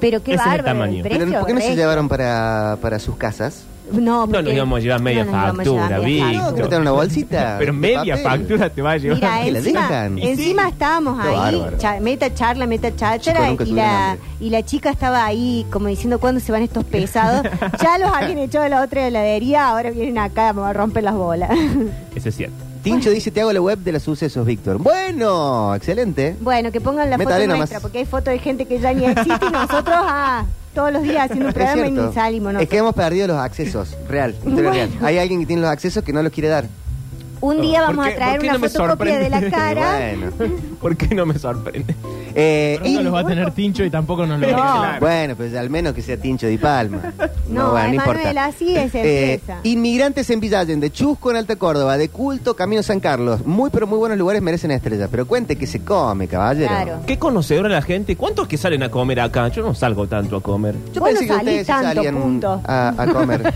Speaker 2: Pero qué
Speaker 3: Ese es el
Speaker 2: bárbaro
Speaker 3: tamaño.
Speaker 2: precio.
Speaker 1: Pero, ¿por qué no se
Speaker 2: re-
Speaker 1: llevaron para, para sus casas?
Speaker 2: No,
Speaker 3: No nos
Speaker 2: porque-
Speaker 3: íbamos a llevar media
Speaker 2: no nos íbamos a llevar
Speaker 3: factura,
Speaker 2: media
Speaker 3: Víctor.
Speaker 1: No,
Speaker 2: factura.
Speaker 1: que meter una bolsita.
Speaker 3: (laughs) Pero
Speaker 1: de
Speaker 3: media
Speaker 1: papel.
Speaker 3: factura te va a llevar.
Speaker 2: Mira,
Speaker 1: Que la
Speaker 2: encima,
Speaker 1: dejan.
Speaker 2: encima
Speaker 3: Sí.
Speaker 2: estábamos
Speaker 1: Qué
Speaker 2: ahí,
Speaker 1: bárbaro.
Speaker 2: cha- meta charla, meta
Speaker 1: Chicos,
Speaker 2: cháchara,
Speaker 1: nunca
Speaker 2: y
Speaker 1: tuvieron
Speaker 2: la,
Speaker 1: hambre.
Speaker 2: y la chica estaba ahí como diciendo cuándo se van estos
Speaker 3: (laughs)
Speaker 2: pesados. ya los habían echado de la otra heladería, ahora vienen acá, me van a romper las bolas.
Speaker 3: Eso es cierto. (laughs)
Speaker 1: Tincho dice, te hago la web de los sucesos, Víctor. Bueno, excelente.
Speaker 2: bueno, que pongan la
Speaker 1: Métale
Speaker 2: foto
Speaker 1: nomás.
Speaker 2: nuestra, porque hay fotos de gente que ya ni existe y nosotros ah, todos los días haciendo
Speaker 1: (laughs)
Speaker 2: un
Speaker 1: Es,
Speaker 2: programa y
Speaker 1: cierto.
Speaker 2: ni salimos. ¿no?
Speaker 1: Es que hemos perdido los
Speaker 2: (laughs)
Speaker 1: accesos, real, historia
Speaker 2: Bueno.
Speaker 1: real. Hay alguien que tiene los accesos que no los quiere dar.
Speaker 2: Un día
Speaker 3: ¿Por
Speaker 2: vamos
Speaker 3: qué-
Speaker 2: a
Speaker 3: por
Speaker 2: traer
Speaker 3: qué
Speaker 2: una
Speaker 3: no me
Speaker 2: fotocopia de
Speaker 1: (laughs)
Speaker 2: la
Speaker 3: sorprende?
Speaker 2: cara.
Speaker 1: Bueno.
Speaker 3: ¿Por qué no me sorprende?
Speaker 1: Eh,
Speaker 4: Pronto
Speaker 1: y-
Speaker 4: los va a tener tincho y tampoco nos lo
Speaker 2: No.
Speaker 4: va a
Speaker 3: Claro.
Speaker 1: bueno, pues al menos que sea Tincho Di Palma.
Speaker 2: (laughs) No,
Speaker 1: bueno,
Speaker 2: Emanuel,
Speaker 1: importa.
Speaker 2: así es,
Speaker 1: Eh,
Speaker 2: empieza.
Speaker 1: inmigrantes en Villa Allende, Chusco en Alta Córdoba, de Culto, Camino San Carlos. Muy, pero muy buenos lugares merecen estrellas. Pero cuente que se come, caballero.
Speaker 2: Claro.
Speaker 3: Qué conocedora la gente. ¿Cuántos que salen a comer acá? Yo no salgo tanto a comer.
Speaker 1: Yo
Speaker 2: Vos
Speaker 1: pensé
Speaker 2: no
Speaker 1: que
Speaker 2: salís
Speaker 1: ustedes sí
Speaker 2: tanto,
Speaker 1: salían
Speaker 2: punto.
Speaker 1: a, a
Speaker 2: (laughs)
Speaker 1: comer.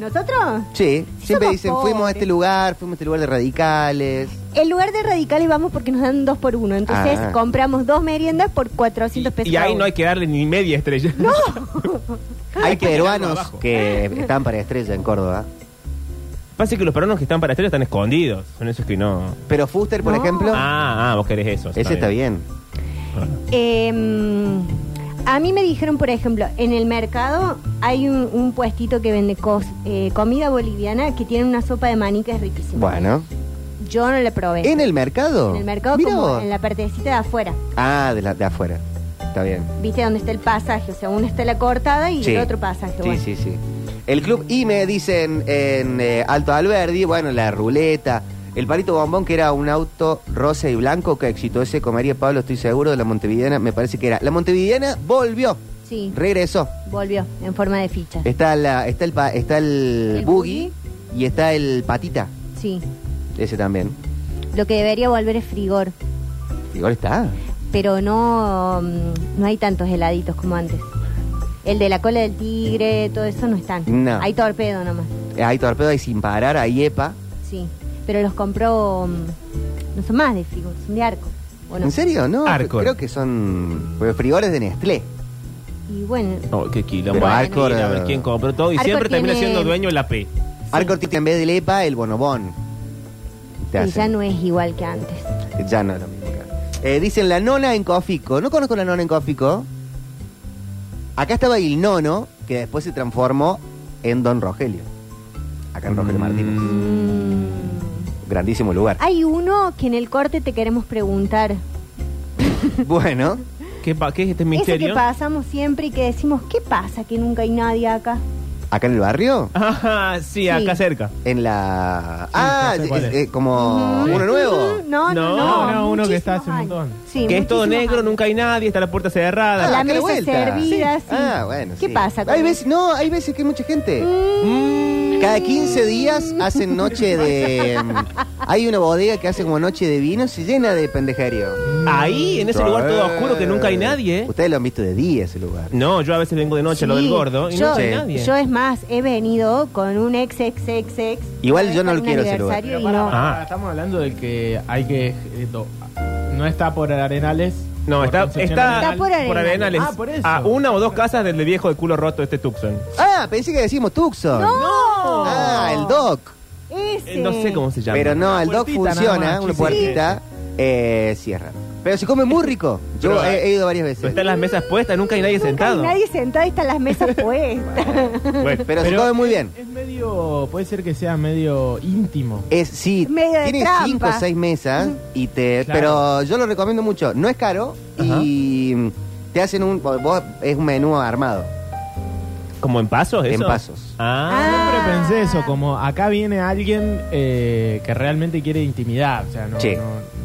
Speaker 2: ¿Nosotros?
Speaker 1: Sí,
Speaker 2: Sí,
Speaker 1: siempre
Speaker 2: somos
Speaker 1: dicen, fuimos a
Speaker 2: pobres.
Speaker 1: este lugar, fuimos a este lugar de radicales.
Speaker 2: En lugar de radicales vamos porque nos dan dos por uno. Entonces
Speaker 1: Ah.
Speaker 2: compramos dos meriendas por
Speaker 3: Y,
Speaker 2: 400 pesos.
Speaker 3: y ahí
Speaker 2: cada
Speaker 3: no hay
Speaker 2: uno.
Speaker 3: que darle ni media estrella. (laughs)
Speaker 1: Hay
Speaker 3: que tirarlo
Speaker 1: peruanos
Speaker 3: abajo.
Speaker 1: que
Speaker 2: Ah.
Speaker 1: están para estrella en Córdoba.
Speaker 3: Pasa que los peruanos que están para estrella están escondidos. Son esos que no.
Speaker 1: Pero Fuster, por
Speaker 2: No.
Speaker 1: ejemplo,
Speaker 3: Ah, ah, vos querés eso.
Speaker 1: ese está bien.
Speaker 2: Eh, a mí me dijeron, por ejemplo, en el mercado hay un, un puestito que vende cos- eh, comida boliviana que tiene una sopa de maní que es riquísima.
Speaker 1: Bueno,
Speaker 2: Yo no la probé.
Speaker 1: ¿en el mercado?
Speaker 2: En el mercado
Speaker 1: Mirá
Speaker 2: como
Speaker 1: vos.
Speaker 2: en la partecita de afuera.
Speaker 1: Ah, de, la, de afuera. Está bien.
Speaker 2: ¿Viste dónde está el pasaje? O sea, uno está la cortada y
Speaker 1: Sí.
Speaker 2: el otro pasaje.
Speaker 1: Sí,
Speaker 2: bueno.
Speaker 1: sí, sí. El club IME, dicen en eh, Alto Alberdi, bueno, la ruleta. El palito bombón, que era un auto rosa y blanco que exitó ese comería Pablo, estoy seguro, de la Montevideana, me parece que era. La Montevideana volvió,
Speaker 2: Sí,
Speaker 1: regresó.
Speaker 2: volvió en forma de ficha.
Speaker 1: Está, la, está el, pa- está el,
Speaker 2: El
Speaker 1: boogie y está el patita,
Speaker 2: Sí.
Speaker 1: ese también.
Speaker 2: Lo que debería volver es frigor.
Speaker 1: Igual está.
Speaker 2: pero no, mm, no hay tantos heladitos como antes. El de la cola del tigre, todo eso no están.
Speaker 1: No.
Speaker 2: Hay torpedo nomás,
Speaker 1: Hay torpedo, hay sin parar, hay EPA.
Speaker 2: sí. Pero los compró, mm, no son más de frigo, son de arco. ¿o no?
Speaker 1: ¿En serio? No,
Speaker 3: Arcor.
Speaker 1: creo que son pues, frigores de Nestlé.
Speaker 2: Y bueno,
Speaker 3: No, Oh, qué quilombo.
Speaker 1: Pero
Speaker 3: Hay
Speaker 1: Arcor,
Speaker 3: que ir a ver
Speaker 1: eh,
Speaker 3: quién compró todo. Y
Speaker 2: Arcor
Speaker 3: siempre termina
Speaker 2: tiene-
Speaker 3: siendo dueño la P.
Speaker 1: Arcor tiene en vez del EPA el bonobón. Te
Speaker 2: y
Speaker 1: hacen.
Speaker 2: ya no es igual que antes.
Speaker 1: Ya no es lo mismo. claro. Eh, dicen la nona en Cofico. No conozco la nona en Cofico. Acá estaba el nono, que después se transformó en Don Rogelio. Acá en Rogelio
Speaker 3: Mm.
Speaker 1: Martínez.
Speaker 2: Mm.
Speaker 1: Grandísimo lugar.
Speaker 4: Ah.
Speaker 2: Hay uno que en el corte te queremos preguntar.
Speaker 1: (laughs) Bueno,
Speaker 3: ¿Qué, pa- qué es este
Speaker 2: Ese que
Speaker 3: (laughs) misterio?
Speaker 2: pasamos siempre y que decimos, ¿qué pasa que nunca hay nadie acá?
Speaker 1: acá en el barrio,
Speaker 3: Ajá, Ah, sí, acá cerca.
Speaker 1: en la... Ah,
Speaker 4: ya sé
Speaker 1: es-
Speaker 4: cuál es.
Speaker 1: eh, como
Speaker 2: Ujú.
Speaker 1: uno nuevo.
Speaker 2: Mm. No, no, no.
Speaker 3: No,
Speaker 4: no, uno que está
Speaker 2: muchísimos
Speaker 4: hace un
Speaker 2: años.
Speaker 4: montón.
Speaker 2: Sí,
Speaker 3: que es todo
Speaker 2: muchísimos
Speaker 3: negro,
Speaker 2: años.
Speaker 3: nunca hay nadie, está la puerta cerrada.
Speaker 2: Ah, la
Speaker 1: acá a
Speaker 2: mesa
Speaker 1: vuelta.
Speaker 2: servida, sí.
Speaker 1: Ah, bueno.
Speaker 2: ¿Qué
Speaker 1: sí.
Speaker 2: pasa? Mm.
Speaker 1: Hay veces, no, hay veces que hay mucha gente. Cada 15 días hacen noche
Speaker 2: (laughs)
Speaker 1: de... mm, hay una bodega que hace como noche de vino, se llena de pendejerío.
Speaker 3: Ahí, en ese lugar todo oscuro que nunca hay nadie. ¿eh?
Speaker 1: Ustedes lo han visto de día ese lugar.
Speaker 3: No, yo a veces vengo de noche a lo
Speaker 2: Sí,
Speaker 3: del gordo y
Speaker 2: yo, eh,
Speaker 3: no hay
Speaker 1: Sí.
Speaker 3: nadie.
Speaker 2: Yo es más, he venido con un ex, ex, ex, ex.
Speaker 1: Igual yo no
Speaker 2: Para
Speaker 1: lo
Speaker 2: un
Speaker 1: quiero ese lugar.
Speaker 2: aniversario
Speaker 4: Pero
Speaker 2: y
Speaker 4: para,
Speaker 2: no.
Speaker 4: para, para,
Speaker 3: Ah.
Speaker 4: estamos hablando del que hay que. eh, do- no está por Arenales.
Speaker 3: No,
Speaker 4: por
Speaker 3: está,
Speaker 4: Concepción
Speaker 3: está,
Speaker 4: Arenal.
Speaker 2: Está por Arenales.
Speaker 4: Ah, por eso.
Speaker 3: A una o dos casas del viejo de culo roto este Tucson.
Speaker 1: Ah, pensé que decimos Tucson.
Speaker 2: ¡No!
Speaker 1: Ah, el Doc.
Speaker 2: Ese.
Speaker 3: Eh, No sé cómo se llama.
Speaker 1: Pero no, el Doc
Speaker 4: puertita nada
Speaker 1: funciona,
Speaker 4: más,
Speaker 1: una
Speaker 4: sí,
Speaker 1: puertita. Eh, cierra. Pero se come muy rico. Yo
Speaker 3: Pero,
Speaker 1: he, he ido varias
Speaker 3: Pero
Speaker 1: veces.
Speaker 3: están las mesas puestas, nunca hay nadie
Speaker 2: Nunca hay
Speaker 3: sentado.
Speaker 2: nadie sentado y están las mesas
Speaker 1: (laughs)
Speaker 2: puestas.
Speaker 3: (laughs) Bueno,
Speaker 1: Pero, se
Speaker 4: Pero
Speaker 1: come muy
Speaker 4: es-
Speaker 1: bien.
Speaker 4: Es medio, puede ser que sea medio íntimo.
Speaker 1: Es, sí,
Speaker 2: Medio de
Speaker 1: tiene
Speaker 2: trampa.
Speaker 1: cinco o seis mesas y te.
Speaker 4: Claro.
Speaker 1: Pero yo lo recomiendo mucho. No es caro y mm, te hacen un. vos- es un menú armado.
Speaker 3: ¿Como en pasos?
Speaker 1: En
Speaker 3: eso?
Speaker 1: pasos.
Speaker 3: Ah,
Speaker 4: Siempre
Speaker 2: Ah.
Speaker 4: pensé eso, como acá viene alguien eh, que realmente quiere intimidad. O sea, no,
Speaker 1: Sí.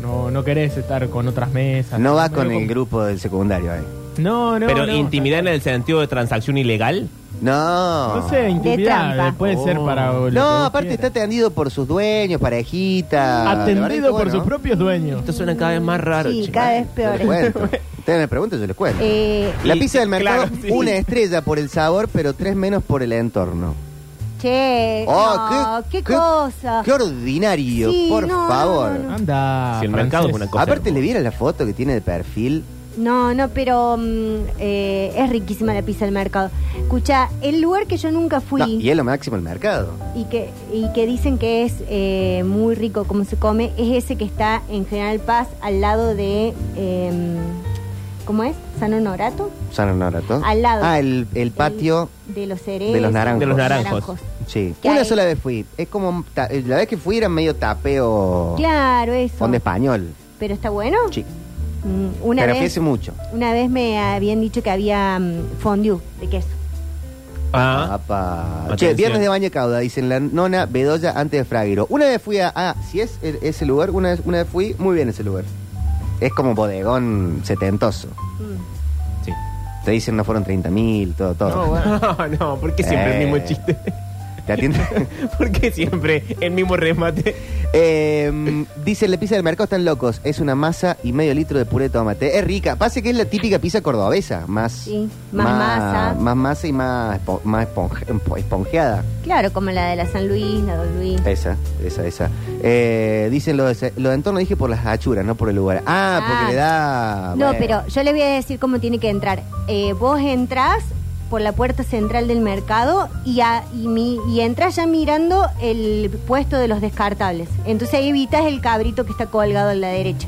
Speaker 4: no, no, no querés estar con otras mesas.
Speaker 1: No va
Speaker 4: Medio
Speaker 1: con
Speaker 4: como-
Speaker 1: el grupo del secundario ahí.
Speaker 4: No, no.
Speaker 3: pero
Speaker 4: no.
Speaker 3: intimidad en el sentido de transacción ilegal.
Speaker 1: No.
Speaker 4: No sé, intimidad. eh,
Speaker 2: trampa.
Speaker 4: Puede ser
Speaker 1: Oh.
Speaker 4: para. lo que
Speaker 1: No,
Speaker 4: vos
Speaker 1: aparte
Speaker 4: quieras.
Speaker 1: está atendido por sus dueños, parejitas. La verdad que
Speaker 4: Atendido
Speaker 1: está
Speaker 4: por
Speaker 1: bueno,
Speaker 4: sus
Speaker 1: ¿no?
Speaker 4: propios dueños.
Speaker 3: Esto suena cada vez más raro.
Speaker 2: Sí,
Speaker 3: che.
Speaker 2: cada
Speaker 1: Yo
Speaker 2: vez
Speaker 1: les
Speaker 2: peores. (laughs)
Speaker 1: cuento. Ustedes me preguntan, yo les cuento.
Speaker 2: Eh,
Speaker 1: La
Speaker 3: Y-
Speaker 1: pizza del mercado,
Speaker 3: claro, sí.
Speaker 1: una estrella por el sabor, pero tres menos por el entorno.
Speaker 2: che,
Speaker 1: Oh,
Speaker 2: Eh, no, qué, cosa.
Speaker 1: Qué ordinario,
Speaker 2: Sí,
Speaker 1: por
Speaker 2: no,
Speaker 1: favor.
Speaker 2: no, no,
Speaker 4: Anda.
Speaker 3: Si el mercado es una cosa.
Speaker 1: Aparte, le viera la foto que tiene de perfil.
Speaker 2: No, no, pero mm, eh, es riquísima la pizza del mercado. Escucha, el lugar que yo nunca fui
Speaker 1: No, y es lo máximo el mercado.
Speaker 2: y que y que dicen que es eh, muy rico como se come es ese que está en General Paz al lado de em, ¿cómo es? San Honorato,
Speaker 1: San Honorato.
Speaker 2: Al lado.
Speaker 1: Ah, el, el patio.
Speaker 2: de los cerezos,
Speaker 1: De los naranjos.
Speaker 3: De los naranjos.
Speaker 1: Sí.
Speaker 2: ¿Qué
Speaker 1: Una
Speaker 2: hay?
Speaker 1: sola vez fui. Es como. ta- eh, La vez que fui era medio tapeo.
Speaker 2: Claro, eso.
Speaker 1: Fondo español.
Speaker 2: Pero está bueno.
Speaker 1: Sí.
Speaker 2: Mm, una
Speaker 1: pero fui
Speaker 2: vez
Speaker 1: hace mucho.
Speaker 2: una vez me habían dicho que había mm, fondue de queso.
Speaker 3: Ah,
Speaker 1: Apa. Che,
Speaker 3: Atención.
Speaker 1: viernes de baño y cauda, dicen la nona Bedoya antes de Fraguero. Una vez fui a. Ah, si es el- ese lugar, una vez, una vez fui, muy bien ese lugar. Es como bodegón setentoso.
Speaker 2: Mm.
Speaker 3: sí.
Speaker 1: Te dicen no fueron 30 mil, todo, todo.
Speaker 3: No, Ah, (laughs) no, ¿por qué siempre el
Speaker 1: Eh.
Speaker 3: mismo chiste? (laughs)
Speaker 1: Te
Speaker 2: (laughs)
Speaker 1: atienden.
Speaker 3: ¿Por qué siempre el mismo remate?
Speaker 1: Eh, dicen, la pizza del mercado están locos. Es una masa y medio litro de puré de tomate. Es rica. Pasa que es la típica pizza cordobesa. Más,
Speaker 2: Sí, más masa.
Speaker 1: Más masa y más, espo- más esponje- empo- esponjeada.
Speaker 2: Claro, como la de la San Luis, la Don Luis.
Speaker 1: Esa, esa, esa. Eh, dicen lo de, lo de entorno, dije por las hachuras, no por el lugar. Ah,
Speaker 2: Ah.
Speaker 1: porque le da.
Speaker 2: No,
Speaker 1: bueno.
Speaker 2: pero yo le voy a decir cómo tiene que entrar. Eh, vos entrás por la puerta central del mercado y, a- y, mi- y entras ya mirando el puesto de los descartables. Entonces ahí evitas el cabrito que está colgado a la derecha.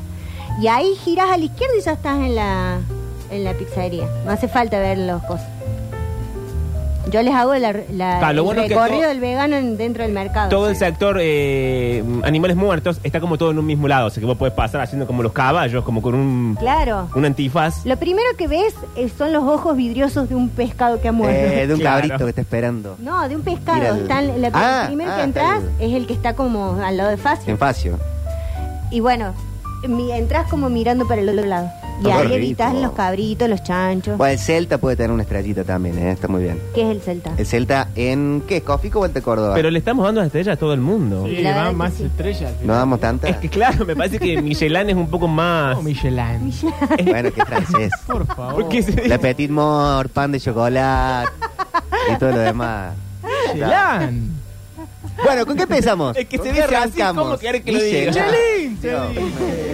Speaker 2: Y ahí girás a la izquierda y ya estás en la, en la pizzería. No hace falta ver los cosas. Yo les hago la, la-
Speaker 3: Claro, lo
Speaker 2: el
Speaker 3: bueno es que
Speaker 2: recorrido
Speaker 3: todo-
Speaker 2: del vegano en- dentro del mercado.
Speaker 3: Todo el sector eh, animales muertos está como todo en un mismo lado. O sea que vos podés pasar haciendo como los caballos, como con un,
Speaker 2: Claro.
Speaker 3: un antifaz.
Speaker 2: Lo primero que ves eh, son los ojos vidriosos de un pescado que ha muerto.
Speaker 1: Eh, de un
Speaker 3: Claro.
Speaker 1: cabrito que está esperando.
Speaker 2: (laughs) No, de un pescado.
Speaker 1: Mira el-
Speaker 2: Están- la-
Speaker 1: Ah,
Speaker 2: el primero
Speaker 1: ah,
Speaker 2: que
Speaker 1: está
Speaker 2: entras es el que está como al lado de
Speaker 1: En
Speaker 2: Facio.
Speaker 1: facio.
Speaker 2: Y bueno, mi- entras como mirando para el otro lado. Y
Speaker 1: Está
Speaker 2: ahí
Speaker 1: rico.
Speaker 2: evitas los cabritos, los chanchos.
Speaker 1: Ah, Bueno, el Celta puede tener una estrellita también, ¿eh? está muy bien.
Speaker 2: ¿Qué es el celta? (laughs)
Speaker 1: El Celta en. ¿Qué? ¿Cofico o el de Córdoba?
Speaker 3: Pero le estamos dando las estrellas a todo el mundo.
Speaker 4: Sí,
Speaker 2: La verdad
Speaker 4: van
Speaker 2: que
Speaker 4: más
Speaker 2: sí.
Speaker 4: estrellas.
Speaker 1: ¿No damos tanta?
Speaker 3: Es que claro, me parece que Michelin es un poco más.
Speaker 4: No, Michelin.
Speaker 1: Bueno, que es francés.
Speaker 2: (laughs)
Speaker 4: Por favor.
Speaker 3: ¿Por qué se
Speaker 1: (laughs) La Petit Mort, pan de chocolate y todo lo demás.
Speaker 4: Michelin.
Speaker 1: Bueno, ¿con qué empezamos?
Speaker 3: Es que
Speaker 1: ¿Con
Speaker 3: se
Speaker 1: qué
Speaker 3: dice así,
Speaker 1: arrancamos?
Speaker 3: ¿cómo querés que lo diga?
Speaker 1: Michelin.
Speaker 4: se
Speaker 1: Dios.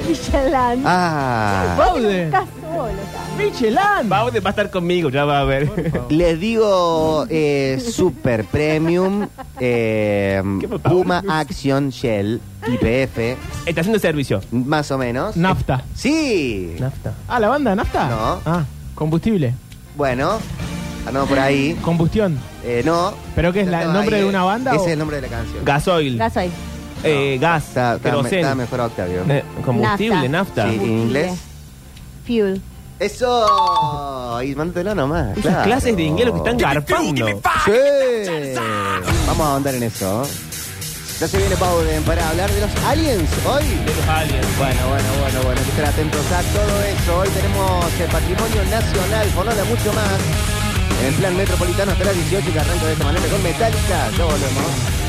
Speaker 2: Michelin.
Speaker 1: Ah,
Speaker 4: Bauden.
Speaker 2: Estás solo, está.
Speaker 4: Michelin.
Speaker 3: Baude va a estar conmigo, ya va a ver.
Speaker 1: les digo eh, Super Premium, eh,
Speaker 3: ¿Qué papá?
Speaker 1: Puma Action Shell, IPF,
Speaker 3: (laughs) Está haciendo servicio.
Speaker 1: más o menos.
Speaker 4: Nafta.
Speaker 1: Sí.
Speaker 3: Nafta.
Speaker 4: Ah, la banda, nafta.
Speaker 1: No.
Speaker 4: Ah, combustible.
Speaker 1: Bueno, andamos por ahí.
Speaker 4: Combustión.
Speaker 1: Eh, no.
Speaker 4: ¿Pero qué es la- el nombre de una banda
Speaker 1: Ese
Speaker 4: o-
Speaker 1: eh. es el nombre de la canción.
Speaker 3: Gasoil.
Speaker 2: Gas hoy.
Speaker 3: eh, gas.
Speaker 1: Está, está me-
Speaker 3: queroseno.
Speaker 1: está mejor Octavio.
Speaker 3: Eh, combustible,
Speaker 2: Nafta.
Speaker 3: nafta.
Speaker 1: Sí, en inglés.
Speaker 2: Fuel.
Speaker 1: Eso. Y mándatelo nomás.
Speaker 3: Esas
Speaker 1: claro.
Speaker 3: clases de inglés lo que están garpando.
Speaker 1: Sí. Vamos a ahondar en eso. Ya se viene Pauden para hablar de los aliens hoy. Bueno, bueno, bueno, bueno, que estén atentos a todo eso. Hoy tenemos el patrimonio nacional, Fonola mucho más. En el plan metropolitano hasta las 18 que arranca de esta manera con Metallica. Ya volvemos.